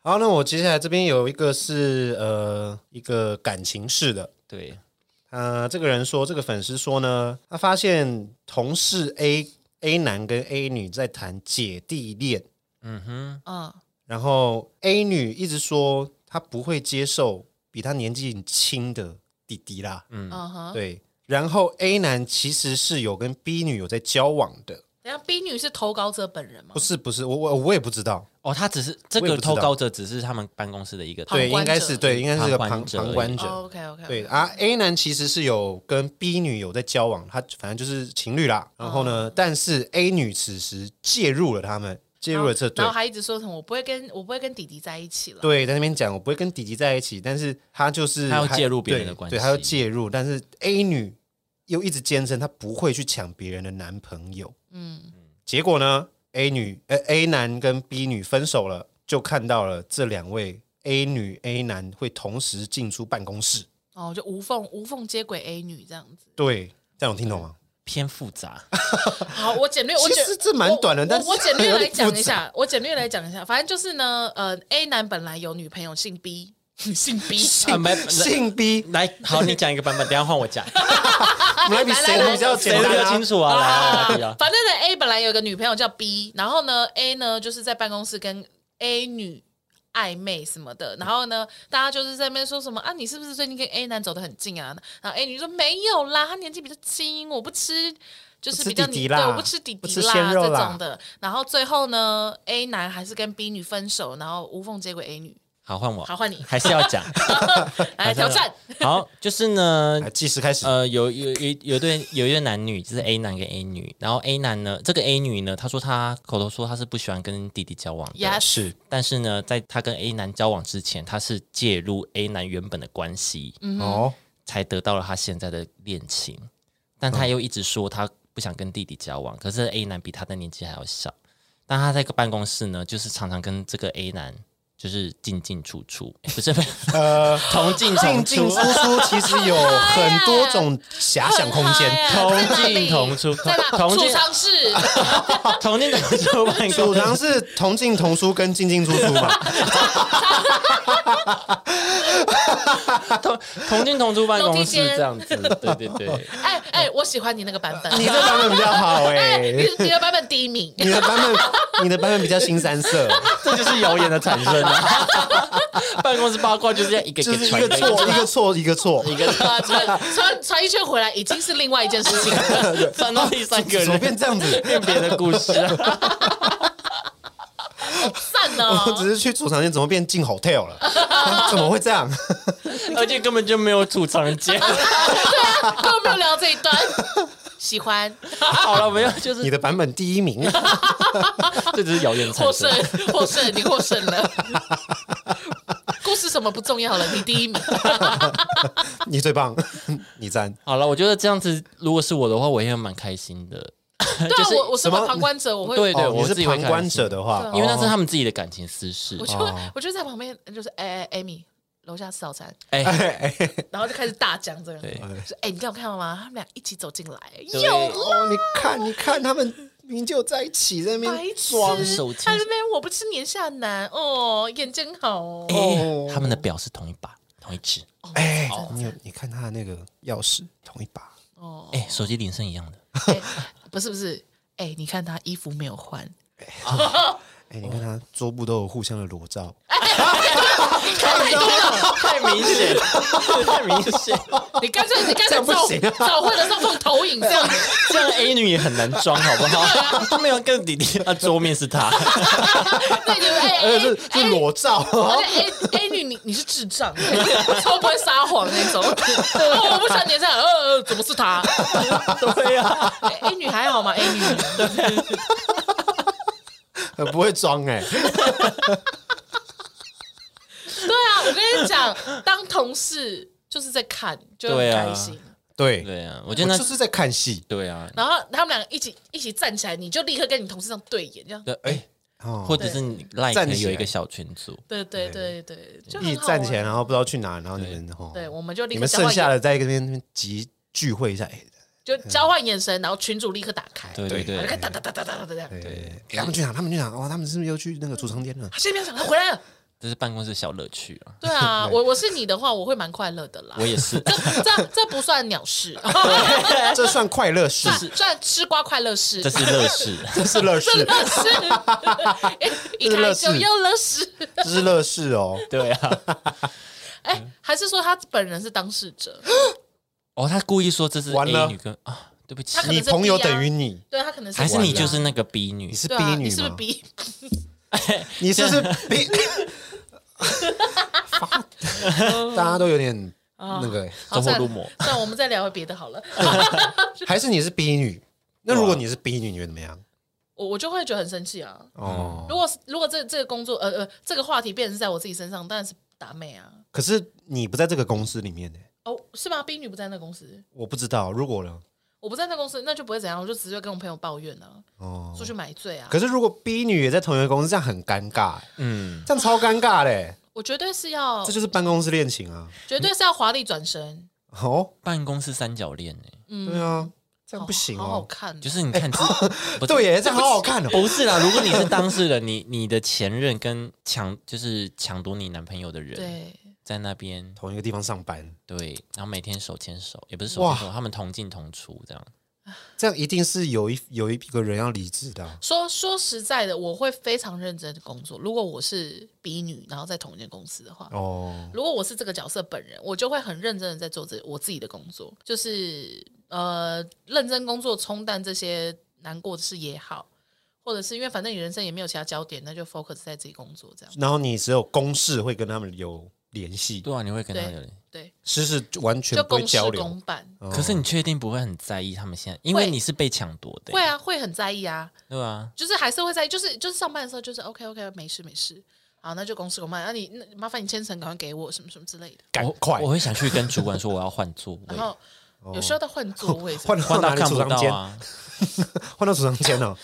Speaker 3: 好，那我接下来这边有一个是呃一个感情式的，
Speaker 1: 对，
Speaker 3: 呃，这个人说，这个粉丝说呢，他发现同事 A A 男跟 A 女在谈姐弟恋，
Speaker 1: 嗯哼，
Speaker 2: 嗯，
Speaker 3: 然后 A 女一直说她不会接受比她年纪轻的弟弟啦，
Speaker 2: 嗯哼，
Speaker 3: 对。然后 A 男其实是有跟 B 女有在交往的，
Speaker 2: 等一下 B 女是投稿者本人吗
Speaker 3: 不？是不是，我我我也不知道，
Speaker 1: 哦，他只是这
Speaker 3: 我也
Speaker 1: 个
Speaker 3: 不知道
Speaker 1: 偷高者，只是他们办公室的一个
Speaker 2: 旁
Speaker 3: 对，
Speaker 2: 观
Speaker 3: 应该
Speaker 2: 者
Speaker 3: 是对，应该是个
Speaker 1: 旁
Speaker 3: 旁
Speaker 1: 观者而已
Speaker 3: 旁观者，
Speaker 2: OK 哦 OK，
Speaker 3: 对啊，A 男其实是有跟 B 女有在交往，他反正就是情侣啦。然后
Speaker 2: 哦
Speaker 3: 呢，但是 A 女此时介入了他们，介入了这对
Speaker 2: 然后，还一直说什么我不会跟我不会跟弟弟在一起了。
Speaker 3: 对，在那边讲我不会跟弟弟在一起，但是他就是
Speaker 1: 他要
Speaker 3: 还
Speaker 1: 介入别人的
Speaker 3: 对
Speaker 1: 关
Speaker 3: 对，他要
Speaker 1: 系
Speaker 3: 介入，但是 A 女又一直坚称她不会去抢别人的男朋友。
Speaker 2: 嗯，
Speaker 3: 结果呢，A 女呃 A 男跟 B 女分手了，就看到了这两位 A 女 A 男会同时进出办公室。
Speaker 2: 哦，就无缝无缝接轨 A 女这样子。
Speaker 3: 对，这样有听懂吗？
Speaker 1: 偏复 杂，
Speaker 2: 好，我简略，我
Speaker 3: 其
Speaker 2: 觉
Speaker 3: 实这蛮短的
Speaker 2: 我
Speaker 3: 但是
Speaker 2: 我我简略
Speaker 3: 有
Speaker 2: 来
Speaker 3: 点
Speaker 2: 讲
Speaker 3: 复
Speaker 2: 一下，我简略来讲一下，反正就是呢，呃，A 男本来有女朋友，姓 B，姓 B，
Speaker 1: 啊没
Speaker 3: 性逼，
Speaker 1: 来，好，你讲一个版本，等一下换我讲，
Speaker 3: 我们来比谁的比较
Speaker 1: 谁
Speaker 3: 简
Speaker 1: 比
Speaker 3: 单
Speaker 1: 较
Speaker 3: 啊
Speaker 1: 清？楚啊？来来来，啊，
Speaker 2: 反正呢，A 本来有个女朋友叫 B，然后呢，A 呢就是在办公室跟 A 女暧昧什么的，然后呢，大家就是在那边说什么啊，你是不是最近跟 A 男走得很近啊？然后 A 女就说没有啦，他年纪比较轻，我不吃。就是比较
Speaker 3: 不吃弟弟
Speaker 2: 对，
Speaker 3: 啦
Speaker 2: 我不吃弟弟
Speaker 3: 不吃鲜肉啦
Speaker 2: 这种的。然后最后呢，A 男还是跟 B 女分手，然后无缝接轨 A 女。
Speaker 1: 好，换我，
Speaker 2: 好 换你
Speaker 1: 还是要讲
Speaker 2: 来挑战。
Speaker 1: 好，就是呢
Speaker 3: 来，计时开始。
Speaker 1: 呃，有有有有对有一对男女，就是 A 男跟 A 女，然后 A 男呢，这个 A 女呢，她说她口头说她是不喜欢跟弟弟交往的
Speaker 2: Yes
Speaker 1: 是，但是呢，在她跟 A 男交往之前，她是介入 A 男原本的关系，
Speaker 2: 嗯
Speaker 3: 哦，
Speaker 1: 才得到了她现在的恋情，但她又一直说她不想跟弟弟交往，可是 A 男比她的年纪还要小，但她在个办公室呢，就是常常跟这个 A 男。就是进进出出，诶不是不是，
Speaker 3: 呃，
Speaker 1: 同进同
Speaker 3: 进进
Speaker 1: 出
Speaker 3: 出，出其实有很多种遐想空间。
Speaker 2: 很
Speaker 1: 同
Speaker 2: 嗨啊
Speaker 1: 进同出，
Speaker 2: 在哪
Speaker 1: 同
Speaker 2: 里？储
Speaker 1: 进
Speaker 2: 藏室，
Speaker 1: 同进同出办
Speaker 3: 储
Speaker 1: 公室，
Speaker 3: 藏是同进同出跟进进出出嘛？
Speaker 1: 同同进同出办公
Speaker 2: 楼
Speaker 1: 室
Speaker 2: 梯间
Speaker 1: 这样子，对对对，
Speaker 2: 哎哎，我喜欢你那个版本，
Speaker 3: 你的版本比较好哎、
Speaker 2: 你你的版本第一名，
Speaker 3: 你的版本，你的版本比较新三 色，
Speaker 1: 这就是谣言的产生啊！ 办公室八卦就是这样一个
Speaker 3: 就是
Speaker 1: 个
Speaker 3: 一
Speaker 1: 传
Speaker 3: 个
Speaker 1: 一个
Speaker 3: 错，一个错，一个错。
Speaker 1: 一个
Speaker 2: 啊，传传传一圈回来已经是另外一件事情了。
Speaker 1: 传到第 三个
Speaker 3: 怎么
Speaker 1: 人，
Speaker 3: 变这样子？
Speaker 1: 变别的故事啊！
Speaker 2: 赞
Speaker 3: 我
Speaker 2: 哦！
Speaker 3: 只是去储藏间，怎么变进 hotel 了？怎么会这样？
Speaker 1: 而且根本就没有储藏间。
Speaker 2: 对啊，根本没有聊这一段。喜欢
Speaker 1: 好了，没有，就是
Speaker 3: 你的版本第一名，
Speaker 1: 这只是谣言产
Speaker 2: 获胜
Speaker 1: 生。，
Speaker 2: 获胜，你获胜了。故事什么不重要了，你第 一名。
Speaker 3: 你最棒，你赞。
Speaker 1: 好了，我觉得这样子，如果是我的话，我也蛮开心的，
Speaker 2: 对啊，我我身
Speaker 3: 什
Speaker 2: 为
Speaker 3: 么
Speaker 2: 旁观者，我会，
Speaker 1: 对
Speaker 3: 哦，
Speaker 1: 我
Speaker 3: 你
Speaker 1: 自
Speaker 3: 是
Speaker 1: 己会
Speaker 3: 旁
Speaker 1: 看
Speaker 3: 观者的话，
Speaker 1: 因为那是
Speaker 3: 哦
Speaker 1: 他们自己的感情私事
Speaker 2: 我。就会，我就在旁边，就是哎哎，Amy 楼下吃早餐，
Speaker 1: 哎，
Speaker 2: 然后就开始大讲这个。
Speaker 1: 对
Speaker 2: 就是哎，你刚有看到吗？他们俩一起走进来，
Speaker 1: 对
Speaker 2: 有
Speaker 3: 哦，你看，你看，他们明明就在一起，在那
Speaker 2: 白
Speaker 3: 边
Speaker 2: 痴
Speaker 3: 装。，
Speaker 1: 手机
Speaker 2: 他那边我不是年下男哦，眼睛好哦。
Speaker 1: 哎，他们的表是同一把，同一只。
Speaker 3: 哎，你有你看他的那个钥匙同一把，
Speaker 2: 哦，
Speaker 1: 哎，手机铃声一样的。
Speaker 2: 哎 不是不是，哎，你看他衣服没有换，
Speaker 3: 哎，你看
Speaker 2: 哦
Speaker 3: 他桌布都有互相的裸照，
Speaker 2: 哎
Speaker 1: 太明显， 太明显，
Speaker 2: 你干脆你干脆
Speaker 3: 这样不
Speaker 2: 早
Speaker 3: 行啊
Speaker 2: 早会的上种投影这 样，
Speaker 1: 这样 A 女也很难装，好不好？她没有跟弟弟，她桌面是她，
Speaker 2: 那你 哎
Speaker 3: 呃，
Speaker 2: 哎
Speaker 3: 是是裸啊照，
Speaker 2: 而且 A A 女你你是智障，哎超不会撒谎那种。
Speaker 3: 啊
Speaker 2: 哦，我不想点赞，呃，怎么是 他
Speaker 1: 对
Speaker 3: 啊
Speaker 1: 呀，
Speaker 2: 哎？A 女还好吗？A 女
Speaker 3: 呃不会装哎。
Speaker 2: 对啊，我跟你讲，当同事就是在看，就很
Speaker 1: 对啊
Speaker 2: 开心。
Speaker 3: 对，
Speaker 1: 对呀，我
Speaker 3: 我
Speaker 1: 觉得那
Speaker 3: 就是在看戏
Speaker 1: 对啊，
Speaker 2: 然后他们两个一起一起站起来，你就立刻跟你同事这样对眼，这样
Speaker 1: 对，哎，
Speaker 3: 哦，
Speaker 1: 或者是你 line 可
Speaker 3: 站起来
Speaker 1: 能有一个小群组，
Speaker 2: 对对对对，就很
Speaker 3: 一
Speaker 2: 好
Speaker 3: 站起来，
Speaker 2: 玩
Speaker 3: 然后不知道去哪，然后你们哦，
Speaker 2: 对，我们就立
Speaker 3: 你
Speaker 2: 刻
Speaker 3: 们
Speaker 2: 交
Speaker 3: 剩
Speaker 2: 换
Speaker 3: 下
Speaker 2: 眼
Speaker 3: 的在一个那边那边集聚会一下，哎，
Speaker 2: 就交换眼神，然后群主立刻打开，
Speaker 1: 对对
Speaker 2: 然后
Speaker 1: 对
Speaker 2: 就看，哒哒哒哒哒哒哒这样。
Speaker 3: 对，哎他们去哪？他们去哪？哦，他们是不是又去那个储藏间 了？
Speaker 2: 他现在没有想他回来了。
Speaker 1: 这是办公室小乐趣啊。
Speaker 2: 对啊，我我是你的话，我会蛮快乐的啦
Speaker 1: 我。也是，
Speaker 2: 这这这不算鸟事，
Speaker 3: 这算快乐事，
Speaker 2: 算算吃瓜快乐 事
Speaker 1: 这。是乐事，
Speaker 3: 这是乐事，
Speaker 2: 乐事，哎一开就又乐事。
Speaker 3: 这是乐事哦。
Speaker 1: 对啊。嗯
Speaker 2: 哎，还是说他本人是当事者？
Speaker 1: 哦，他故意说这是
Speaker 3: 完了
Speaker 1: A 女跟啊，对不起
Speaker 2: 他可，能
Speaker 3: 你
Speaker 2: 是
Speaker 3: 朋友
Speaker 2: B 啊
Speaker 3: 等于你，
Speaker 2: 对他可能是
Speaker 1: 还是
Speaker 3: 完
Speaker 1: 你
Speaker 2: 我啊
Speaker 1: 就是那个 B 女
Speaker 3: 你，是 B
Speaker 2: 对啊，
Speaker 3: 女
Speaker 2: 你是不是
Speaker 3: 吗？
Speaker 2: B？啊
Speaker 3: 你是不是 B？大家都有点那个，
Speaker 1: 走火
Speaker 2: 好算
Speaker 1: 入
Speaker 2: 了
Speaker 1: 魔。
Speaker 2: 算了，我们再聊回别的好了。
Speaker 3: 欸还是你是 B 女？那如果你是 B 女，你会怎么样？
Speaker 2: 我我就会觉得很生气啊。
Speaker 3: 哦，
Speaker 2: 如果是如果这这个工作，呃呃，这个话题变成是在我自己身上，当然是打妹啊。
Speaker 3: 可是你不在这个公司里面呢，
Speaker 2: 哦，是吗？B 女不在那公司，
Speaker 3: 我不知道。如果呢？
Speaker 2: 我不在那公司，那就不会怎样，我就直接跟我朋友抱怨啊，
Speaker 3: 哦，
Speaker 2: 出去买醉啊。
Speaker 3: 可是如果 B 女也在同一个公司，这样很尴尬，欸
Speaker 1: 嗯，
Speaker 3: 这样超尴尬嘞。
Speaker 2: 我绝对是要
Speaker 3: 这，就是办公室恋情啊。
Speaker 2: 绝对是要华丽转身，
Speaker 3: 哦，
Speaker 2: 嗯
Speaker 1: 办公室三角恋呢，
Speaker 3: 对啊，这样不行
Speaker 2: 好好
Speaker 3: 哦。
Speaker 2: 看，啊
Speaker 1: 就是你 看自，不是
Speaker 3: 对耶，这样好好看哦。
Speaker 1: 不是啦，如果你是当事人，你你的前任跟抢就是抢夺你男朋友的人，
Speaker 2: 对，
Speaker 1: 在那边
Speaker 3: 同一个地方上班，
Speaker 1: 对，然后每天手牵手，也不是手牵手，他们同进同出这样。
Speaker 3: 这样一定是有一有一个人要离职的啊。
Speaker 2: 说说实在的，我会非常认真的工作。如果我是 B 女，然后在同一间公司的话，
Speaker 3: 哦，
Speaker 2: 如果我是这个角色本人，我就会很认真的在做这我自己的工作，就是呃认真工作，冲淡这些难过的事也好，或者是因为反正你人生也没有其他焦点，那就 focus 在自己工作这样。
Speaker 3: 然后你只有公事会跟他们有联系，
Speaker 1: 对啊，你会跟他有联
Speaker 2: 对，
Speaker 3: 私事就完全
Speaker 2: 就
Speaker 3: 不会
Speaker 2: 公事
Speaker 3: 交流哦
Speaker 2: 公。办。
Speaker 1: 可是你确定不会很在意他们现在，因为
Speaker 2: 会
Speaker 1: 你是被抢夺的、
Speaker 2: 会啊，会很在意啊，
Speaker 1: 对啊，
Speaker 2: 就是还是会在意，就是就是上班的时候就是 OK OK 没事没事，好那就公事公办，那啊你那麻烦你千层赶快给我什么什么之类的，
Speaker 3: 赶
Speaker 1: 我
Speaker 3: 快
Speaker 1: 我会想去跟主管说我要换座位
Speaker 2: 然，后有需要到换座位什么
Speaker 3: 换
Speaker 2: 的，
Speaker 1: 换
Speaker 3: 到
Speaker 1: 到
Speaker 3: 哪里
Speaker 1: 看
Speaker 3: 储
Speaker 1: 不
Speaker 3: 藏
Speaker 1: 到
Speaker 3: 间？
Speaker 1: 啊，
Speaker 3: 换到储藏间哦，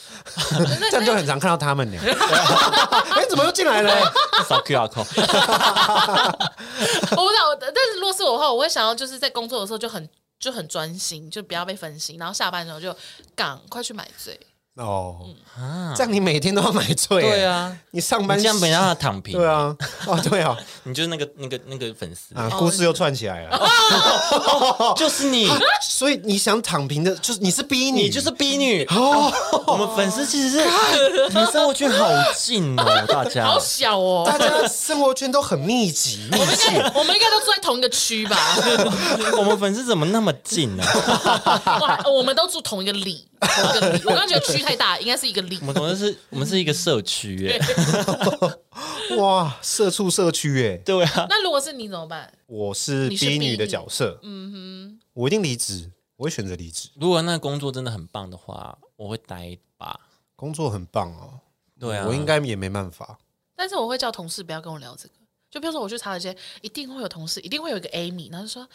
Speaker 2: 那
Speaker 3: 这样就很常看到他 们呢。哎，怎么又进来了？
Speaker 1: 扫 QR
Speaker 3: 啊
Speaker 1: code，
Speaker 2: 我不知道，但是如果是我的话，我会想要就是在工作的时候就很就很专心，就不要被分心，然后下班的时候就赶快去买醉。嗯
Speaker 3: 哦，这样你每天都要买醉。
Speaker 1: 啊对，啊，
Speaker 3: 你上
Speaker 1: 你
Speaker 3: 班
Speaker 1: 这样没让他躺平，
Speaker 3: 对啊，哦对啊，
Speaker 1: 你就是那个那个那个粉丝，
Speaker 2: 哦
Speaker 3: 啊，故事又串起来了。
Speaker 1: 就是你，
Speaker 3: 啊所以你想躺平的，就是你是逼
Speaker 1: 你
Speaker 3: 你，
Speaker 1: 就是逼女哦，我们粉丝其实是你们生活圈好近哦，大家
Speaker 2: 好。小哦，
Speaker 3: 大家生活圈都很密集，密
Speaker 2: 我们应该我们应该都住在同一个区吧？
Speaker 1: 我们粉丝怎么那么近呢、
Speaker 2: 哇，我们都住同一个里，同一个里。我刚刚觉得区太大，应该是一个里
Speaker 1: 我。们同事是，我们是一个社区耶、
Speaker 3: 集哇，社畜社区哎。
Speaker 1: 对啊，
Speaker 2: 那如果是你怎么办？
Speaker 3: 我是
Speaker 2: 你是
Speaker 3: B 女
Speaker 2: B
Speaker 3: 的
Speaker 2: 女
Speaker 3: 角色，嗯哼，我一定离职，我会选择离职。
Speaker 1: 如果那个工作真的很棒的话，我会待吧。
Speaker 3: 工作很棒哦，
Speaker 1: 对啊，
Speaker 3: 我应该也没办法。
Speaker 2: 但是我会叫同事不要跟我聊这个。就比如说我去茶水间，一定会有同事，一定会有一个 Amy，然后就说：“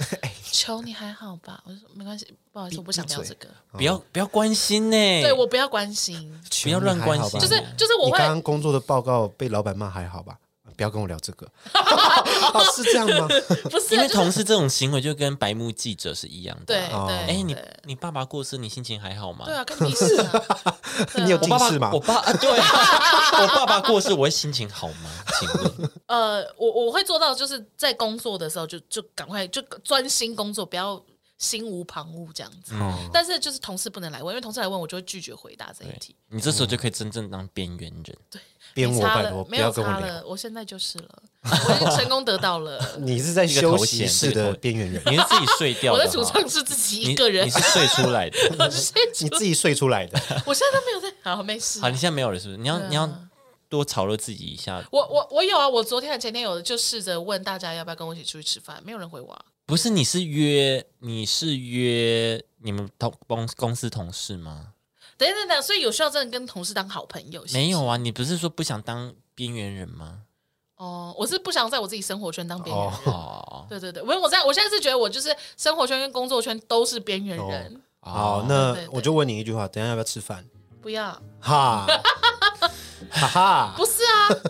Speaker 2: 求你还好吧？”我就说：“没关系，不好意思，我不想聊这个。
Speaker 1: 不要不要关心呢、
Speaker 2: 对我不要关心，
Speaker 1: 不要乱关心
Speaker 2: 就
Speaker 3: 就是是
Speaker 2: 就是我
Speaker 3: 哦你
Speaker 2: 会
Speaker 3: 刚刚工作的报告被老板骂还好吧？不要跟我聊 这个，哦是这样吗？
Speaker 2: 不是
Speaker 1: 因为
Speaker 2: 就是
Speaker 1: 同事这种行为就跟白目记者是一样的。
Speaker 2: 对
Speaker 1: 哎、
Speaker 2: 对，
Speaker 3: 哦
Speaker 2: 哎
Speaker 1: 你你爸爸过世，你心情还好吗？
Speaker 2: 对啊，跟你是 啊，对啊
Speaker 3: 你有
Speaker 1: 我
Speaker 3: 进
Speaker 1: 爸
Speaker 3: 是
Speaker 1: 爸，
Speaker 3: 吗
Speaker 1: 我爸 啊，对啊，我爸爸过世，我会心情好吗？请问，
Speaker 2: 呃，我我会做到，就是在工作的时候就就赶快就专心工作，不要心无旁骛这样子。
Speaker 3: 哦
Speaker 2: 但是就是同事不能来问，因为同事来问我就会拒绝回答这一题。
Speaker 1: 你这时候就可以真正当边缘人。
Speaker 3: 编
Speaker 2: 没
Speaker 3: 我
Speaker 2: 差
Speaker 3: 拜托，
Speaker 2: 了，
Speaker 3: 不
Speaker 2: 没
Speaker 3: 要
Speaker 2: 有
Speaker 3: 跟我
Speaker 2: 差
Speaker 3: 聊。
Speaker 2: 了，我现在就是了，我已经成功得到 了。
Speaker 3: 你是在
Speaker 1: 这个
Speaker 3: 休
Speaker 1: 头
Speaker 3: 息
Speaker 1: 衔
Speaker 3: 室
Speaker 1: 这个
Speaker 3: 的
Speaker 1: 头
Speaker 3: 边缘人，
Speaker 1: 你是自己睡掉
Speaker 2: 啊我
Speaker 1: 的
Speaker 2: 在
Speaker 1: 哈，
Speaker 2: 主唱是自己
Speaker 1: 你
Speaker 2: 一个人
Speaker 1: 你，是睡出来的。
Speaker 2: 我是
Speaker 3: 你自己睡出来的。
Speaker 2: 我现在都没有在，好没事
Speaker 1: 好，。你现在没有了，是不是？你要、
Speaker 2: 对啊
Speaker 1: 你要多炒热自己一下。
Speaker 2: 我我我有啊，我昨天还前天有就试着问大家要不要跟我一起出去吃饭，没有人回我啊。
Speaker 1: 不是，你是约你是约你们同公公司同事吗？
Speaker 2: 等一下等等，所以有需要真的跟同事当好朋友？
Speaker 1: 没有啊，你不是说不想当边缘人 吗？
Speaker 2: 哦，我是不想在我自己生活圈当边缘人。
Speaker 1: 哦，
Speaker 2: 对对对，我我在我现在是觉得我就是生活圈跟工作圈都是边缘
Speaker 3: 哦
Speaker 2: 人，
Speaker 3: 好，
Speaker 2: 对
Speaker 3: 那
Speaker 2: 对
Speaker 3: 我就问你一句话，等一下要不要 吃饭？
Speaker 2: 不要，
Speaker 3: 哈，哈哈，
Speaker 2: 不是啊，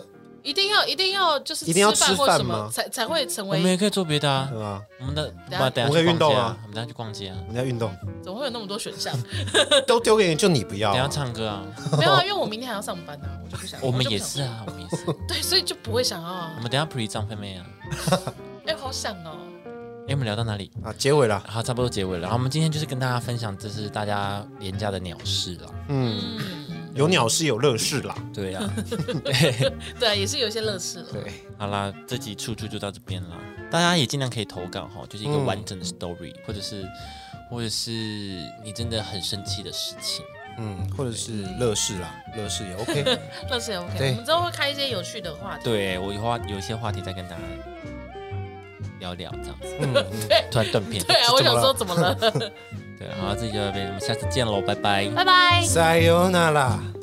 Speaker 2: 一定要一定要就是
Speaker 3: 一定要
Speaker 2: 饭
Speaker 3: 吃
Speaker 2: 或
Speaker 3: 饭
Speaker 2: 什么
Speaker 3: 吗
Speaker 2: 才才会成
Speaker 1: 我们也
Speaker 2: 为，
Speaker 1: 可以做别的啊。
Speaker 3: 对吧？
Speaker 1: 我们的
Speaker 2: 下
Speaker 1: 不，等
Speaker 3: 嗯我
Speaker 1: 下
Speaker 3: 可以
Speaker 1: 去逛
Speaker 3: 运动
Speaker 1: 街
Speaker 3: 啊
Speaker 1: 啊，我们等下去逛街啊，
Speaker 3: 我们在运动，
Speaker 2: 怎么会有那么多选项？
Speaker 3: 都丢给你，就你不要
Speaker 1: 等下
Speaker 3: 啊。
Speaker 1: 唱歌啊。
Speaker 2: 没有啊，因为我明天还要上班啊，我就不想。
Speaker 1: 我们
Speaker 2: 就不
Speaker 1: 也
Speaker 2: 想
Speaker 1: 是啊，我们也是。
Speaker 2: 对，所以就不会想要
Speaker 1: 我
Speaker 2: 啊。
Speaker 1: 们等下 pre 张惠妹啊。
Speaker 2: 哎，好想哦，
Speaker 1: 哎，我们聊到哪里？
Speaker 3: 啊，结尾了，
Speaker 1: 好，差不多结尾了。然后我们今天就是跟大家分享，这是大家廉价的鸟事了。
Speaker 3: 有鸟事有乐事啦。
Speaker 1: 对啊，对，
Speaker 2: 对啊，也是有一些乐事了。
Speaker 3: 对，
Speaker 1: 好啦，这集处处就到这边啦。大家也尽量可以投稿哈，就是一个
Speaker 3: 嗯
Speaker 1: 完整的 story，、或者是或者是你真的很生气的事情。
Speaker 3: 嗯，或者是乐事啦，乐事也 OK。
Speaker 2: 乐事也 OK，
Speaker 3: 对
Speaker 2: 我们之后会开一些有趣的话题。
Speaker 1: 对我有话有一些话题再跟大家聊聊，这样子
Speaker 3: 嗯，嗯
Speaker 1: 突然断片。
Speaker 2: 对啊，我想说
Speaker 3: 是
Speaker 2: 怎么了？
Speaker 1: 对，好，这集就到这边，我们下次见喽，拜拜。
Speaker 2: 拜拜。
Speaker 3: 塞尤那拉。